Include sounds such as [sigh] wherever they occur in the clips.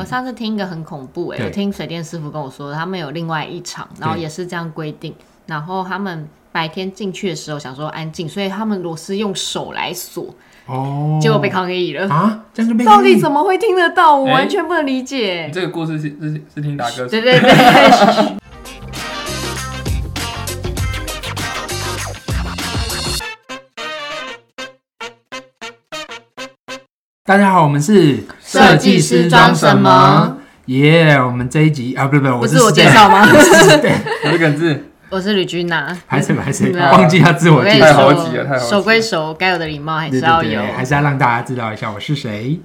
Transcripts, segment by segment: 我上次听一个很恐怖哎、嗯对我听水电师傅跟我说，他们有另外一场，然后也是这样规定，然后他们白天进去的时候想说安静，所以他们螺丝用手来锁，哦，结果被抗议了。啊，这样就被到底么？怎么会听得到？我哎完全不能理解。这个故事是是是听达哥对对 [laughs] 对，大家好，我们是设计师装什么？耶我们这一集啊，不不不，不是是我 Stan 介，绍吗？ [laughs] 对，我是耿志， [laughs] 我是吕君娜。还是还是 [laughs] 没有忘记他自我我跟介你太绍，好奇了说，太好奇了守归守，该有的礼貌还是对要对有嗯对，。还是要让大家知道一下我是谁。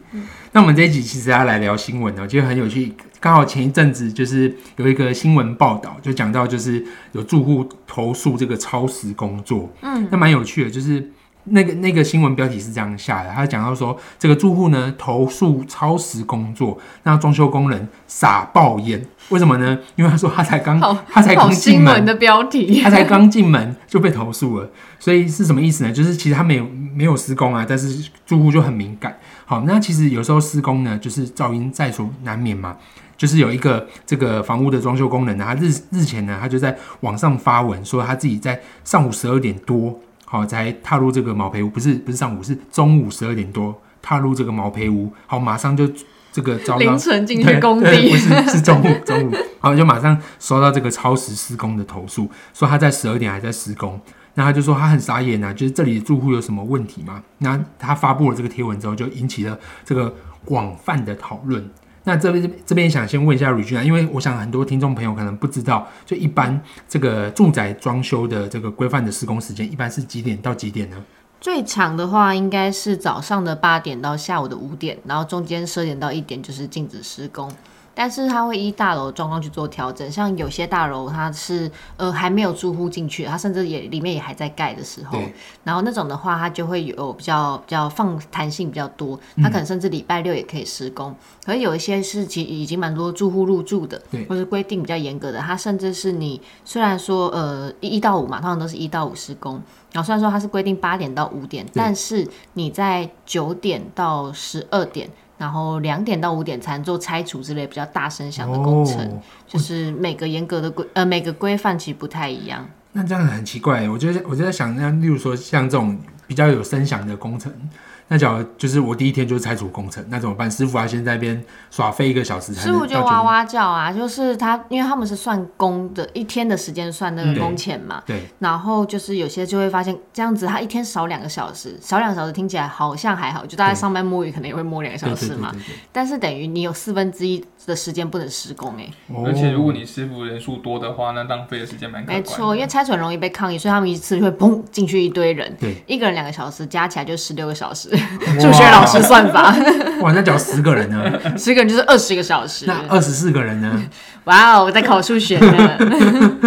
那我们这一集其实要来聊新闻哦，就很有趣。刚好前一阵子就是有一个新闻报道，就讲到就是有住户投诉这个超时工作，嗯，那蛮有趣的，就是。那个那个新闻标题是这样下的，他讲到说，这个住户呢投诉超时工作，让装修工人傻爆眼，为什么呢？因为他说他才刚好他才刚好进新门闻，的标 [laughs] 题他，才刚进门就被投诉了，所以是什么意思呢？就是其实他没有没有施工啊，但是住户就很敏感。好，那其实有时候施工呢，就是噪音在所难免嘛。就是有一个这个房屋的装修工人呢，他日日前呢，他就在网上发文说他自己在上午十二点多，好才踏入这个毛坯屋，不是不是上午，是中午十二点多踏入这个毛坯屋，好马上就这个遭到凌晨进对去工对不地，是是中午中午， [laughs] 然后就马上收到这个超时施工的投诉，说他在十二点还在施工，那他就说他很傻眼啊，就是这里的住户有什么问题吗？那他发布了这个贴文之后，就引起了这个广泛的讨论。那这边这边想先问一下 Regina，因为我想很多听众朋友可能不知道，就一般这个住宅装修的这个规范的施工时间一般是几点到几点呢？最长的话应该是早上的八点到下午的五点，然后中间十点到一点就是禁止施工。但是它会依大楼的状况去做调整，像有些大楼它是呃还没有住户进去，它甚至也里面也还在盖的时候对，然后那种的话它就会有比较比较放弹性比较多，嗯它可能甚至礼拜六也可以施工。可是有一些是其已经蛮多住户入住的对，或是规定比较严格的，它甚至是你虽然说呃一一到五嘛，通常都是一到五施工，然后虽然说它是规定八点到五点，但是你在九点到十二点，然后两点到五点才能做拆除之类比较大声响的工程，哦就是每个严格的规呃每个规范其实不太一样。那这样很奇怪，我就我就在想，那例如说像这种比较有声响的工程，那假如就是我第一天就是拆除工程，那怎么办？师傅啊，先在那边耍废一个小时才师能傅到就九哇点。哇叫啊，就是他，因为他们是算工的一天的时间算那嗯个对工钱嘛，对，然后就是有些就会发现这样子，他一天少两个小时，少两个小时听起来好像还好，就大家对上班摸鱼可能也会摸两个对小对时对嘛，对但是等于你有四分之一的时间不能施工哎、对。哦而且如果你你师傅人数多的话，那浪费的时间蛮可没观。错，因为拆除很容易被抗议，所以他们一次就会砰进去一堆人，对一个人两个小时，加起来就十六个小时。数学老师算法，哇，那假如十个人呢？十个人 [laughs] 就是二十个小时。那二十四个人呢？哇哦，我在考数学呢。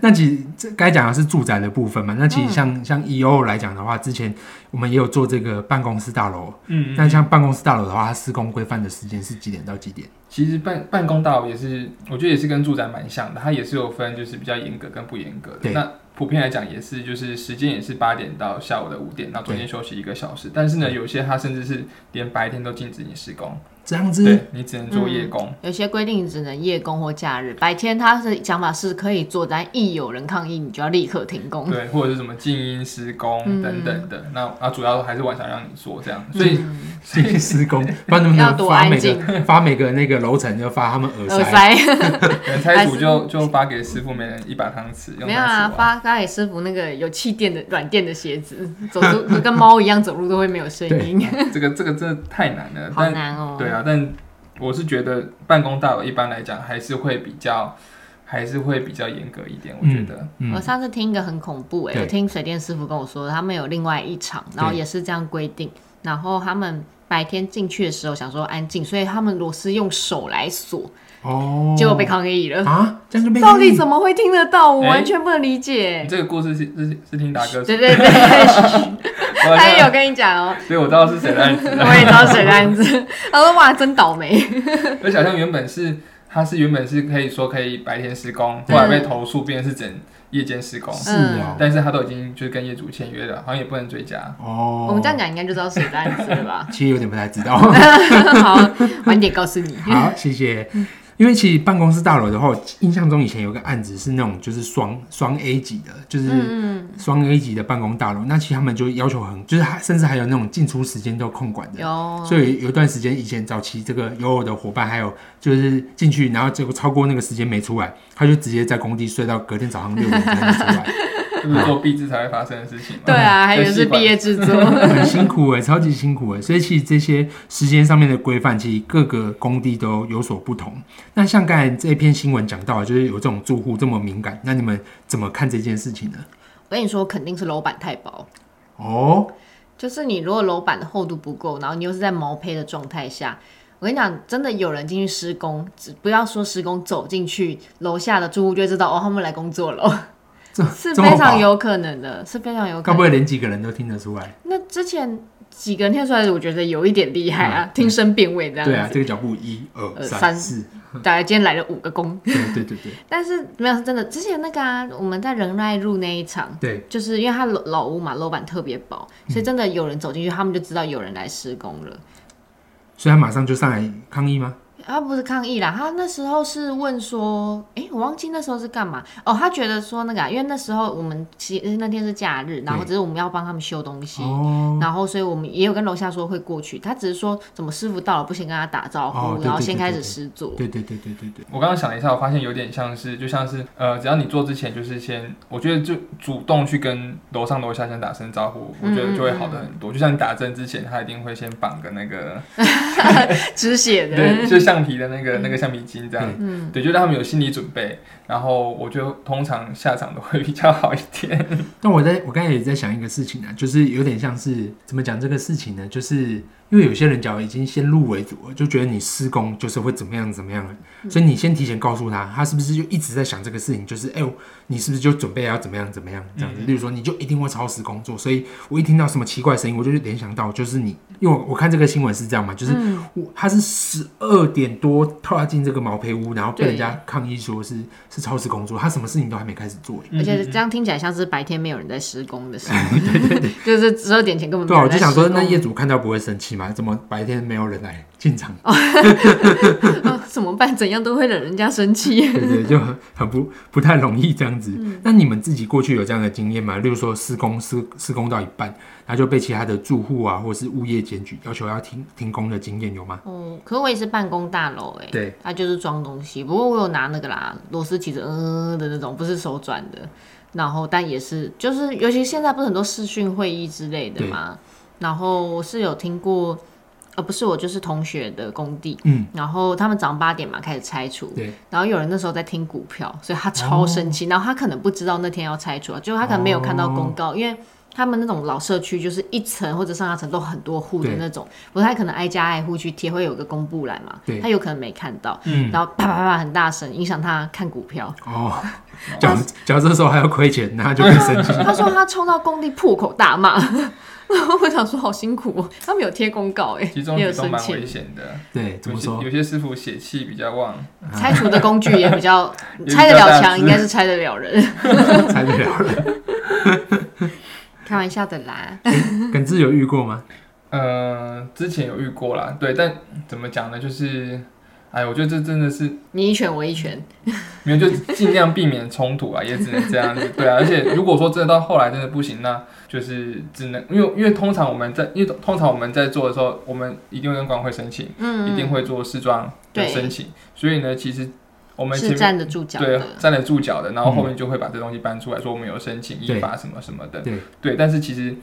那其实这该讲的是住宅的部分嘛。那嗯其实像、像 E O 来讲的话，之前我们也有做这个办公室大楼。嗯，那像办公室大楼的话，它施工规范的时间是几点到几点？其实办办公大楼也是，我觉得也是跟住宅蛮像的，它也是有分就是比较严格跟不严格的对。那普遍来讲也是，就是时间也是八点到下午的五点，那中间休息一个小时。但是呢，有些它甚至是连白天都禁止你施工，这样子对你只能做夜工。有些规定只能夜工或假日，白天他的想法是可以做，但一有人抗议，你就要立刻停工。对，或者是什么静音施工嗯等等的，那啊，主要还是晚上让你做这样，所以所以施工，不然能不要能多发安每静个发每个那个楼层就发他们耳耳塞？塞可能拆除就就发给师傅每人一把汤匙，用没有汤啊，匙挖。发发给师傅那个有气垫的软垫的鞋子，走路就跟猫一样走路都会没有声音，这个这个真的太难了，好但难哦。对啊，但我是觉得办公大楼一般来讲还是会比较，还是会比较严格一点。我觉得，嗯我上次听一个很恐怖哎、对我听水电师傅跟我说，他们有另外一场，然后也是这样规定，然后他们白天进去的时候想说安静，所以他们螺丝用手来锁，哦，结果被抗议了。啊，这样就被到底么？怎么会听得到？我哎完全不能理解。这个故事是是是听达哥，对对对， [laughs] 我好他也有像跟你讲哦、对我知道是谁的案子，我也知道谁这样子。他说哇，真倒霉。而且好像原本是它是原本是可以说可以白天施工，后来被投诉变成是整夜间施工，是嗯哦，但是它都已经就是跟业主签约了，好像也不能追加。哦，我们这样讲应该就知道谁的案子了 [laughs]？吧其实有点不太知道。好，晚点告诉你。好，谢谢。因为其实办公室大楼的话，我印象中以前有个案子是那种就是双双 A 级的，就是嗯嗯，双 A 级的办公大楼，那其实他们就要求很，就是还甚至还有那种进出时间都控管的。有所以有一段时间以前早期这个有我的伙伴，还有就是进去，然后结果超过那个时间没出来，他就直接在工地睡到隔天早上六点才能出来。就是做壁纸才会发生的事情嘛。对啊，还以为是毕业制作。很辛苦哎、超级辛苦哎、所以其实这些时间上面的规范，其实各个工地都有所不同。那像刚才这篇新闻讲到，就是有这种住户这么敏感，那你们怎么看这件事情呢？我跟你说，肯定是楼板太薄。哦，就是你如果楼板的厚度不够，然后你又是在毛坯的状态下，我跟你讲，真的有人进去施工，只不要说施工走进去，楼下的住户就会知道哦，他们来工作了，这 [laughs] 是这么非常薄，有可能的，是非常有可该不能。会连几个人都听得出来？那之前几个人跳出来，我觉得有一点厉害啊，听声辨位这样对啊，子。这啊个脚步一二呃三三四，大概今天来了五个工，对对对对但是没有是真的。之前那个啊，我们在仁爱路那一场，对，就是因为它老老屋嘛，楼板特别薄，嗯所以真的有人走进去，他们就知道有人来施工了。所以他马上就上来抗议吗？他不是抗议啦，他那时候是问说，诶，我忘记那时候是干嘛哦。他觉得说那个、啊，因为那时候我们其实那天是假日，然后只是我们要帮他们修东西，哦，然后所以我们也有跟楼下说会过去。他只是说怎么师傅到了不先跟他打招呼，哦对然后对先对开始对对施作。对对对对对对，我刚刚想了一下，我发现有点像是，就像是，呃，只要你做之前，就是先，我觉得就主动去跟楼上楼下先打声招呼，我嗯觉得就会好的很多。就像你打针之前，他一定会先绑个那 [laughs] 个，止血对，的，就橡皮的那嗯个那个橡皮筋这样，对，就让他们有心理准备。然后我就通常下场都会比较好一点。 [laughs] 那我在我刚才也在想一个事情啊，就是有点像是怎么讲这个事情呢？就是因为有些人讲已经先入为主了，就觉得你施工就是会怎么样怎么样了，所以你先提前告诉他，他是不是就一直在想这个事情？就是哎、我你是不是就准备要怎么样怎么样这样子？例如说，你就一定会超时工作，所以我一听到什么奇怪声音，我就联想到就是你，因为我我看这个新闻是这样嘛，就是我他是十二点多踏进这个毛坯屋，然后被人家抗议说是是超时工作，他什么事情都还没开始做、欸而且这样听起来像是白天没有人在施工的 [laughs] 时候， [laughs] 就是十二点前根本没对啊，有我人在施就想工。说，那业主看到不会生气吗？怎么白天没有人来进场？ [laughs] 啊怎么办？怎样都会惹人家生气。对对，就很很不不太容易这样子。那你们自己过去有这样的经验吗？例如说施工施施工到一半，然后就被其他的住户啊，或是物业检举，要求要停停工的经验有吗？哦，可是我也是办公大楼哎、对，它就是装东西。不过我有拿那个啦，螺丝起子嗯的那种，不是手转的。然后但也是，就是尤其现在不是很多视讯会议之类的嘛。然后我是有听过，呃，不是我就是同学的工地，嗯，然后他们早上八点嘛开始拆除，对，然后有人那时候在听股票，所以他超生哦气。然后他可能不知道那天要拆除啊，就他可能没有看到公哦告，因为他们那种老社区就是一层或者上下层都很多户的对那种，不太可能挨家挨户去贴，会有个公布栏嘛对，他有可能没看到，嗯然后啪啪啪啪很大声，影响他看股票。哦，假如假如这时候还要亏钱，那他就会 [laughs] 生气。他说他冲到工地破口大骂， [laughs] 然后我想说好辛苦、哦，他们有贴公告哎、其中也也有都生蛮危气，险的，对，怎有么些说？有些师傅血气比较旺，拆除的工具也比 [laughs] 较也比较拆得了大墙，只应该是拆得了人，猜不了了。开玩笑的啦。耿志有遇过吗？呃，之前有遇过啦，对，但怎么讲呢？就是，哎，我觉得这真的是你一拳我一拳，没有，就尽量避免冲突啊，也只能这样子，对啊。而且如果说真的到后来真的不行，那就是只能，因为因为通常我们在，因为通常我们在做的时候，我们一定会跟管委会申请，嗯，一定会做试装的对申请，所以呢，其实我们是前面站得住脚对啊的。站得住脚的，然后后面就会把这东西搬出来说我们有申请对依法什么什么的，对但是其实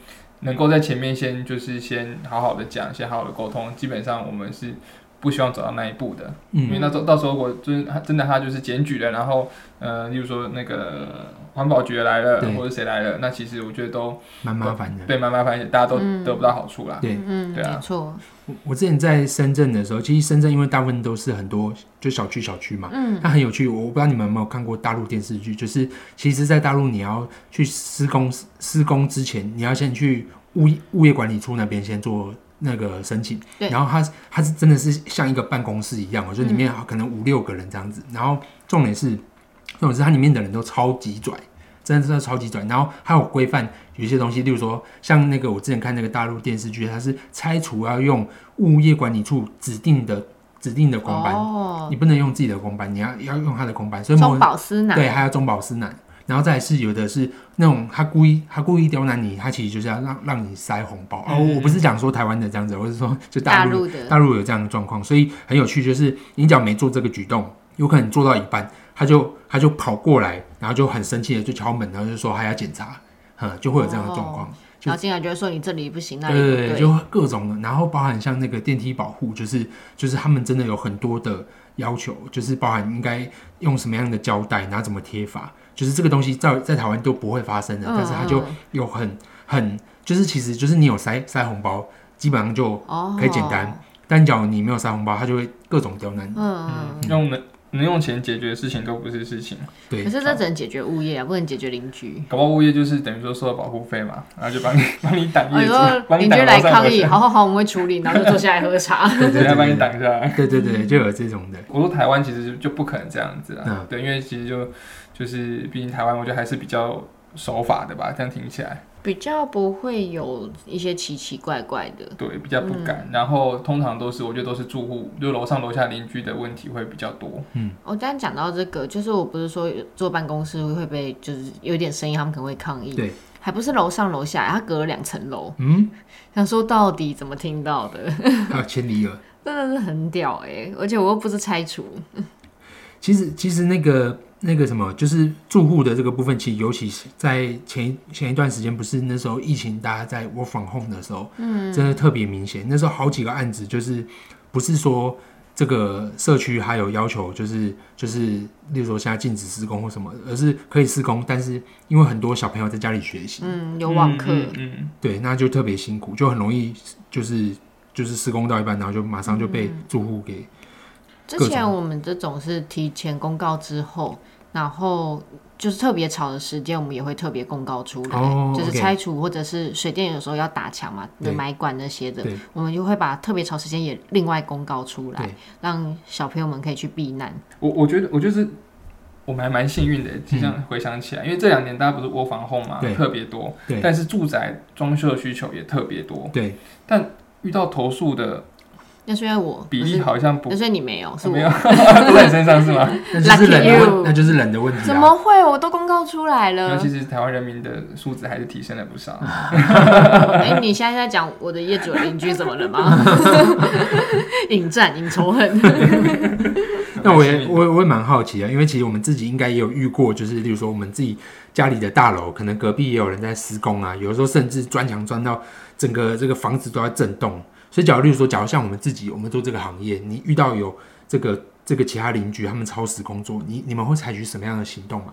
能够在前面先就是先好好的讲，先好好的沟通，基本上我们是不希望走到那一步的，因为嗯，那时候到时候我真真的他就是检举了，然后呃，例如说那个环保局来了对或者谁来了，那其实我觉得都蛮麻烦的。对蛮麻烦，大家都得不到好处啦。对，嗯，对啊没错，我我之前在深圳的时候，其实深圳因为大部分都是很多就小区小区嘛，嗯，它很有趣。我不知道你们有没有看过大陆电视剧，就是其实，在大陆你要去施工施工之前，你要先去物业物业管理处那边先做那个申请，对然后它它是真的是像一个办公室一样哦，我觉得里面可能五六个人这样子，然后重点是重点是它里面的人都超级拽，真的是超级拽，然后还有规范有一些东西，例如说像那个我之前看那个大陆电视剧，它是拆除要用物业管理处指定的指定的公班，哦，你不能用自己的公班，你要要用他的公班，所以某中饱私囊，对，还有中饱私囊。然后再来是有的是那种他故意他故意刁难你，他其实就是要让让你塞红包。哦，嗯我不是讲说台湾的这样子，我是说就大大陆的，大陆有这样的状况，所以很有趣，就是你只要没做这个举动，有可能做到一半，他就他就跑过来，然后就很生气的就敲门，然后就说还要检查，嗯，就会有这样的状况。就然后进来就会说你这里不行，那对里不对对，就各种的，然后包含像那个电梯保护，就是就是他们真的有很多的要求，就是包含应该用什么样的胶带，然后怎么贴法，就是这个东西在在台湾都不会发生的，嗯但是它就有很很就是其实就是你有塞塞红包，基本上就哦，可以简单，但假如你没有塞红包，他就会各种刁难你。嗯，用能能用钱解决的事情都不是事情，可对，是这只能解决物业啊，不能解决邻居。搞不好物业就是等于说收了保护费嘛，然后就帮你帮你挡哦，业以主后，帮你邻居挡来楼上抗楼议，下，好好好，我们会处理，然后就坐下来喝茶。 [laughs] 对对人对家帮你对挡下来。对对嗯对，就有这种的，我说台湾其实就不可能这样子啦，嗯对，因为其实就就是毕竟台湾，我觉得还是比较守法的吧，这样听起来，比较不会有一些奇奇怪怪的，对，比较不敢。嗯然后通常都是我觉得都是住户，就楼上楼下邻居的问题会比较多。我哦刚刚讲到这个，就是我不是说坐办公室会被就是有点声音，他们可能会抗议。对，还不是楼上楼下，它隔了两层楼，嗯， [laughs] 想说到底怎么听到的，还有千里耳。真的是很屌哎、而且我又不是拆除，其实其实那个那个什么，就是住户的这个部分，其实尤其是在前一前一段时间，不是那时候疫情，大家在 work from home 的时候，嗯，真的特别明显。那时候好几个案子，就是不是说这个社区还有要求，就是就是，例如说现在禁止施工或什么的，而是可以施工，但是因为很多小朋友在家里学习，嗯，有网课，嗯嗯对，那就特别辛苦，就很容易就是就是施工到一半，然后就马上就被嗯住户给之嗯各种前我们这种是提前公告之后，然后就是特别吵的时间，我们也会特别公告出来，哦就是 OK 拆除或者是水电有时候要打墙嘛，对买管那些的对，我们就会把特别吵时间也另外公告出来对，让小朋友们可以去避难。我我觉得我就是我们还蛮幸运的，这样回想起来，因为这两年大家不是窝房后嘛嗯对，特别多，对但是住宅装修的需求也特别多，对遇到投诉的那是因为我比不例是好像不哦那。是因为你没有，是我没有 [laughs] 都在你身上是 [laughs] 吗？那就是 Lucky 人的 you 问，那就是人的问题、啊。怎么会？我都公告出来那了其。实台湾人民的素质还是提升了不少。哎、你现在在讲我的业主的邻居怎么了吗？ [laughs] 引战、引仇恨， [laughs] 那我也蛮幸运的我也我也蛮好奇的，因为其实我们自己应该也有遇过，就是例如说我们自己家里的大楼，可能隔壁也有人在施工啊，有时候甚至砖墙砖到整个这个房子都在震动。所以，假如例如说，假如像我们自己，我们做这个行业，你遇到有这个这个其他邻居他们超时工作，你你们会采取什么样的行动吗？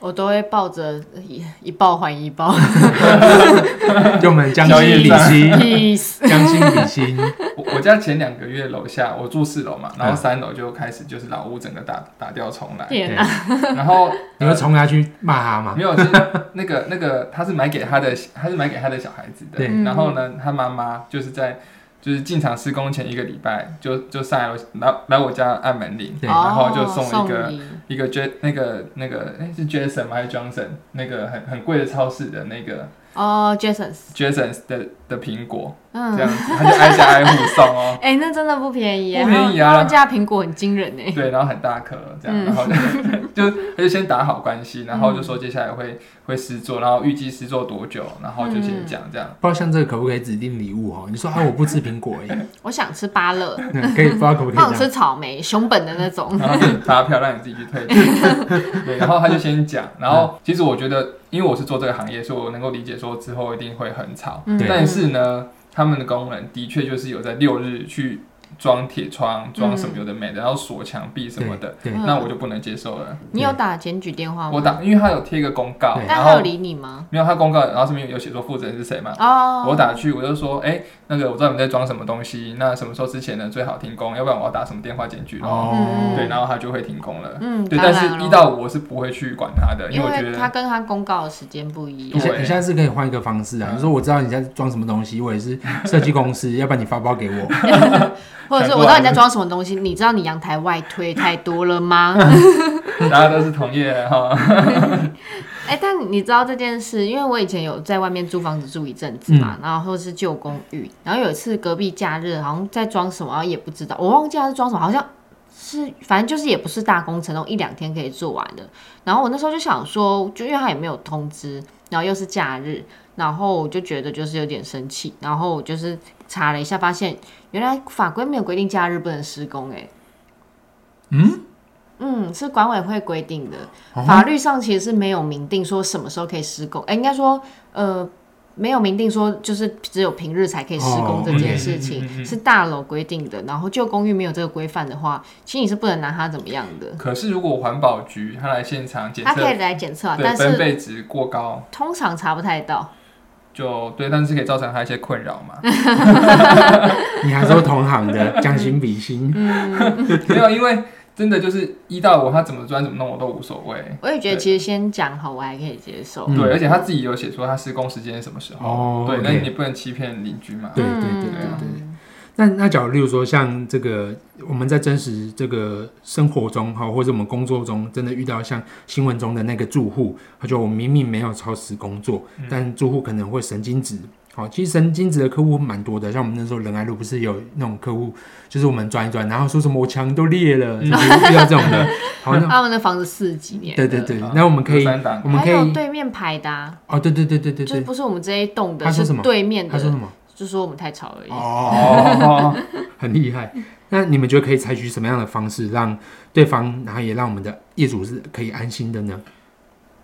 我都会抱着一一报还一报。就我们将心交易比战心， [laughs] Peace 将心比心。我我家前两个月楼下我住四楼嘛，然后嗯三楼就开始就是老屋整个打打掉重来，天对啊，， [laughs] 然后 [laughs] 呃你会冲下去骂他吗？没有，就是那个那个他是买给他的，他是买给他的小孩子的对，然后嗯呢，他妈妈就是在就是进场施工前一个礼拜就就上来我来来我家按门铃，对然后就哦送了一个。礼一个 J 那个那个哎、是 Jason 吗还是 Johnson 那个很很贵的超市的那个哦，Jason， Jason 的的苹果这嗯，样子，他就挨家挨户送哦，哎、那真的不便宜耶，不便宜啊他们家的苹果很惊人哎，对，然后很大颗这样，嗯然后 [laughs] 就就他就先打好关系，然后就说接下来会会试做，然后预计试做多久，然后就先嗯讲这样。不知道像这个可不可以指定礼物哦？你说啊，我不吃苹果耶，我想吃芭乐，那可以不知道可不可以我这样哦想？吃草莓，熊本的那种，然后就发票让你自己去 [laughs] 退订，对，然后他就先讲，然嗯后其实我觉得，因为我是做这个行业，所以我能够理解说之后一定会很吵，嗯对但是呢，他们的工人的确就是有在六日去装铁窗、装什么有的没的，然后锁墙壁什么的，哦对嗯那我就不能接受了。你有打检举电话吗？我，打，因为他有贴一个公告，对但然他有后理你吗？没有他公告，然后上面有写说负责人是谁嘛。哦，我打去，我就说，哎、那个我知道你们在装什么东西，那什么时候之前呢最好停工，要不然我要打什么电话检举咯。哦，对，然后他就会停工了。嗯，对，当但然是咯一到五我是不会去管他的，因因为我觉为他得跟他公告的时间不一你样。下对你下次可以换一个方式啊，嗯你说我知道你在装什么东西，我也是设计公司， [laughs] 要不然你发包给我。或者是我知道你在装什么东西，你知道你阳台外推太多了吗？ [laughs] 大家都是同业哈。哎、但你知道这件事，因为我以前有在外面租房子住一阵子嗯嘛，然后是旧公寓，然后有一次隔壁假日好像在装什么，然后也不知道，我忘记他是装什么，好像是反正就是也不是大工程，那种一两天可以做完的。然后我那时候就想说，就因为他也没有通知，然后又是假日，然后我就觉得就是有点生气，然后我就是查了一下，发现原来法规没有规定假日不能施工、哎，嗯，嗯，是管委会规定的，哦法律上其实是没有明定说什么时候可以施工，哎、应该说呃没有明定说就是只有平日才可以施工哦这件 OK，事情、嗯嗯嗯是大楼规定的，然后旧公寓没有这个规范的话，其实你是不能拿它怎么样的，可是如果环保局他来现场检它可测，以来检测啊，对但分是贝值过高，通常查不太到，就对，但是可以造成他一些困扰嘛。 [laughs] 你还说同行的，将心比心。嗯没有，因为真的就是一到五他怎么钻怎么弄我都无所谓。我也觉得对其实先讲好，我还可以接受。嗯对，而且他自己有写说他施工时间是什么时候，哦对，那 OK 你不能欺骗邻居嘛。对对对对对。那那假如例如说像这个我们在真实这个生活中哈，或者我们工作中真的遇到像新闻中的那个住户，他就我明明没有超时工作，嗯但住户可能会神经质。好，其实神经质的客户蛮多的，像我们那时候仁爱路不是有那种客户，就是我们转一转，然后说什么我墙都裂了， [laughs] 嗯就是遇到这种的。好，那他们的房子四几年，对对对啊，那我们可以有，三档我们还可有以，对面排的、啊，哦，对对对对对就是对，不是我们这一栋的，他说是什么对面他的说，什么？就说我们太吵而已。 [laughs] 哦，哦，很厉害。那你们觉得可以采取什么样的方式，让对方，然后也让我们的业主是可以安心的呢？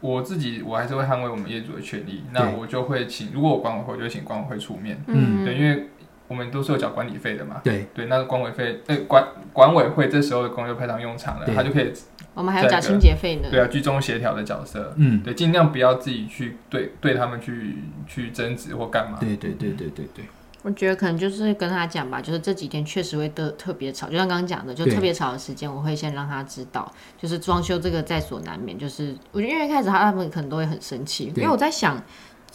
我自己我还是会捍卫我们业主的权利，那对我就会请，如果我管委会，我就会请管委会出面，嗯对，因为我们都是有缴管理费的嘛。对，对，那管委会，呃，管管委会这时候的功就派上用场了，对他就可以我们还要缴清洁费呢。对啊，居中协调的角色，嗯，对，尽量不要自己去对对他们去去争执或干嘛。对对对对对对，我觉得可能就是跟他讲吧，就是这几天确实会特特别吵，就像刚刚讲的，就对特别吵的时间，我会先让他知道，就是装修这个在所难免。就是我觉得因为一开始他他们可能都会很生气，因对为我在想，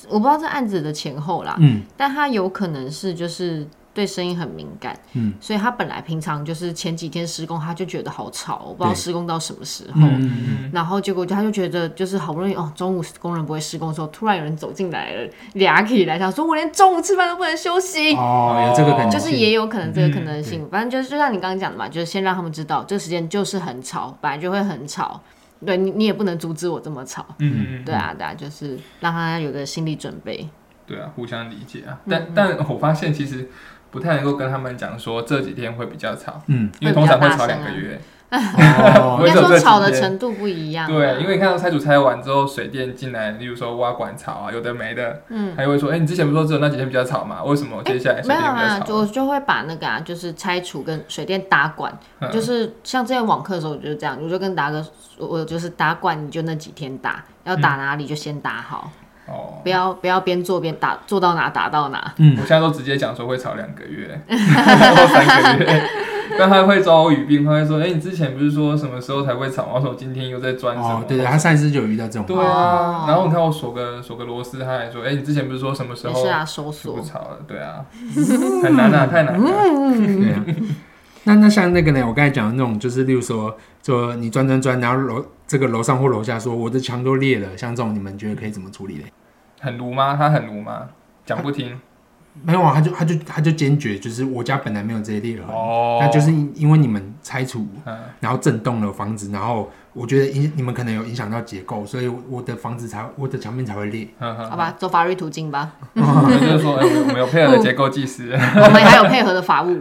我不知道这案子的前后啦，嗯但他有可能是就是对声音很敏感，嗯所以他本来平常就是前几天施工他就觉得好吵，我不知道对施工到什么时候。嗯，然后结果他就觉得，就是好不容易哦，中午工人不会施工的时候，突然有人走进来了，俩起来想说，我连中午吃饭都不能休息，哦，有这个可能嗯就性，是也有可能这个可能性。反正就是就像你刚刚讲的嘛，就是先让他们知道这个时间就是很吵，本来就会很吵，对你你也不能阻止我这么吵，嗯，嗯，对啊对啊，就是让他有个心理准备。对啊，互相理解啊。但但我发现其实不太能够跟他们讲说这几天会比较吵，嗯，因为通常会吵两个月。哦应我也该是有说这吵的经验程度不一样啊，对，因为你看到拆除拆完之后，水电进来，例如说挖管槽啊，有的没的，嗯，还会说，哎、你之前不是说只有那几天比较吵吗？为什么接下来水没有电比较啊，吵？就我就会把那个啊，就是拆除跟水电打管，嗯就是像之前网课的时候，我就是这样，我就跟达哥说，我就是打管，你就那几天打，要打哪里就先打好，嗯哦，不要不要边做边打，做到哪打到哪。嗯我现在都直接讲说会吵两个月 [laughs] 或三个月，但他会抓我语病，他会说，哎、你之前不是说什么时候才会吵吗？我说我今天又在钻什么？哦，对对，他上一次就有遇到这种，对哦啊，然后你看我锁个锁个螺丝，他还说，哎、你之前不是说什么时没候事啊，收就不缩。吵了？对啊，很难啊，太难了。对啊。那那像那个呢？我刚才讲的那种，就是例如说，说你钻钻钻，然后楼这个楼上或楼下说我的墙都裂了，像这种你们觉得可以怎么处理嘞？很奴吗？他很奴吗？讲不听没有啊，他就他就他就坚决，就是我家本来没有这些裂痕，哦 [laughs] 那就是因因为你们拆除，嗯，然后震动了房子，然后我觉得影你们可能有影响到结构，所以我的房子才我的墙面才会裂。嗯嗯好吧，走法律途径吧。 [laughs] 我们就是说，哎我们有配哦合的结构技师， [laughs] 我们还有配合的法务，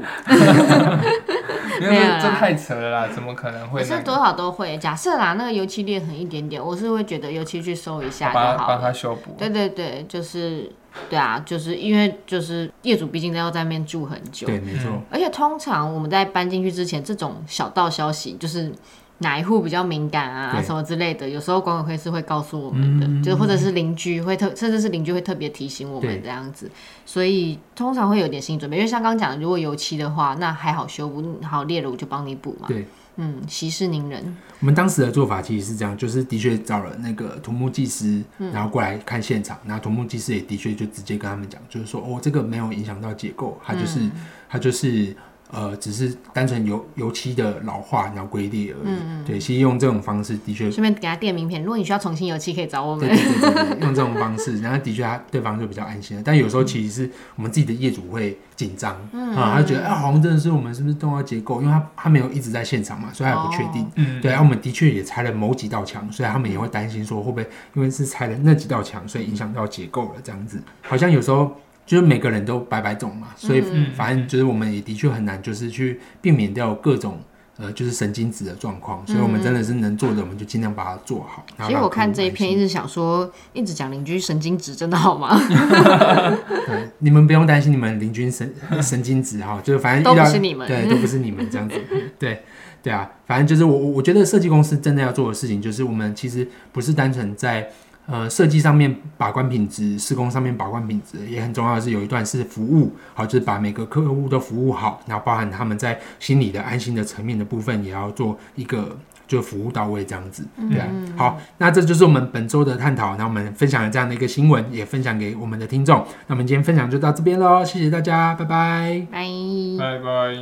因为没有啦这太扯了啦，怎么可能会可是那个多少都会。假设啦，那个油漆裂痕一点点，我是会觉得油漆去收一下帮就他好帮了。他修补？对对对，就是对啊，就是因为就是业主毕竟要在那边住很久，对，没错，而且通常我们在搬进去之前，这种小道消息就是哪一户比较敏感啊对嗯什么之类的，有时候管委会是会告诉我们的，就或者是邻居会特，甚至是邻居会特别提醒我对们这样子，所以通常会有点心理准备。因为像刚刚讲的，如果油漆的话，那还好修补，好裂了我就帮你补嘛。对。嗯，息事宁人，我们当时的做法其实是这样，就是的确找了那个土木技师，然后过来看现场，然后土木技师也的确就直接跟他们讲，就是说哦，这个没有影响到结构，它就是、它就是呃，只是单纯油油漆的老化然后龟裂而已。对，其实用这种方式的确顺便给他垫名片。如果你需要重新油漆，可以找我对们。对对对，对用这种方式，然后的确他对方就比较安心了。但有时嗯候其实是我们自己的业主会紧张啊，他觉得啊，好像真的是我们是不是动到结构，因为他他没有一直在现场嘛，所以他也不确哦定。嗯，对啊，我们的确也拆了某几道墙，所以他们也会担心说会不会因为是拆了那几道墙，所以影响到结构了这样子。好像有时候就是每个人都百百种嘛，所以嗯反正就是我们也的确很难就是去避免掉各种。呃，就是神经质的状况，所以我们真的是能做的，我们就尽量把它做好。嗯其然后实让我客看户这一安篇，一心直想说，一直讲邻居神经质，真的好 [laughs] 吗？对，你们不用担心，你们邻居神神经质哈，就是反正都遇不到是你们对，都不是你们这样子， [laughs] 对对啊，反正就是我我我觉得设计公司真的要做的事情，就是我们其实不是单纯在呃设计上面把关品质，施工上面把关品质，也很重要的是有一段是服务，好就是把每个客户都服务好，然后包含他们在心理的安心的层面的部分，也要做一个。就服务到位这样子，对、啊，好，那这就是我们本周的探讨。那我们分享了这样的一个新闻，也分享给我们的听众。那我们今天分享就到这边喽，谢谢大家，拜拜。拜。拜拜。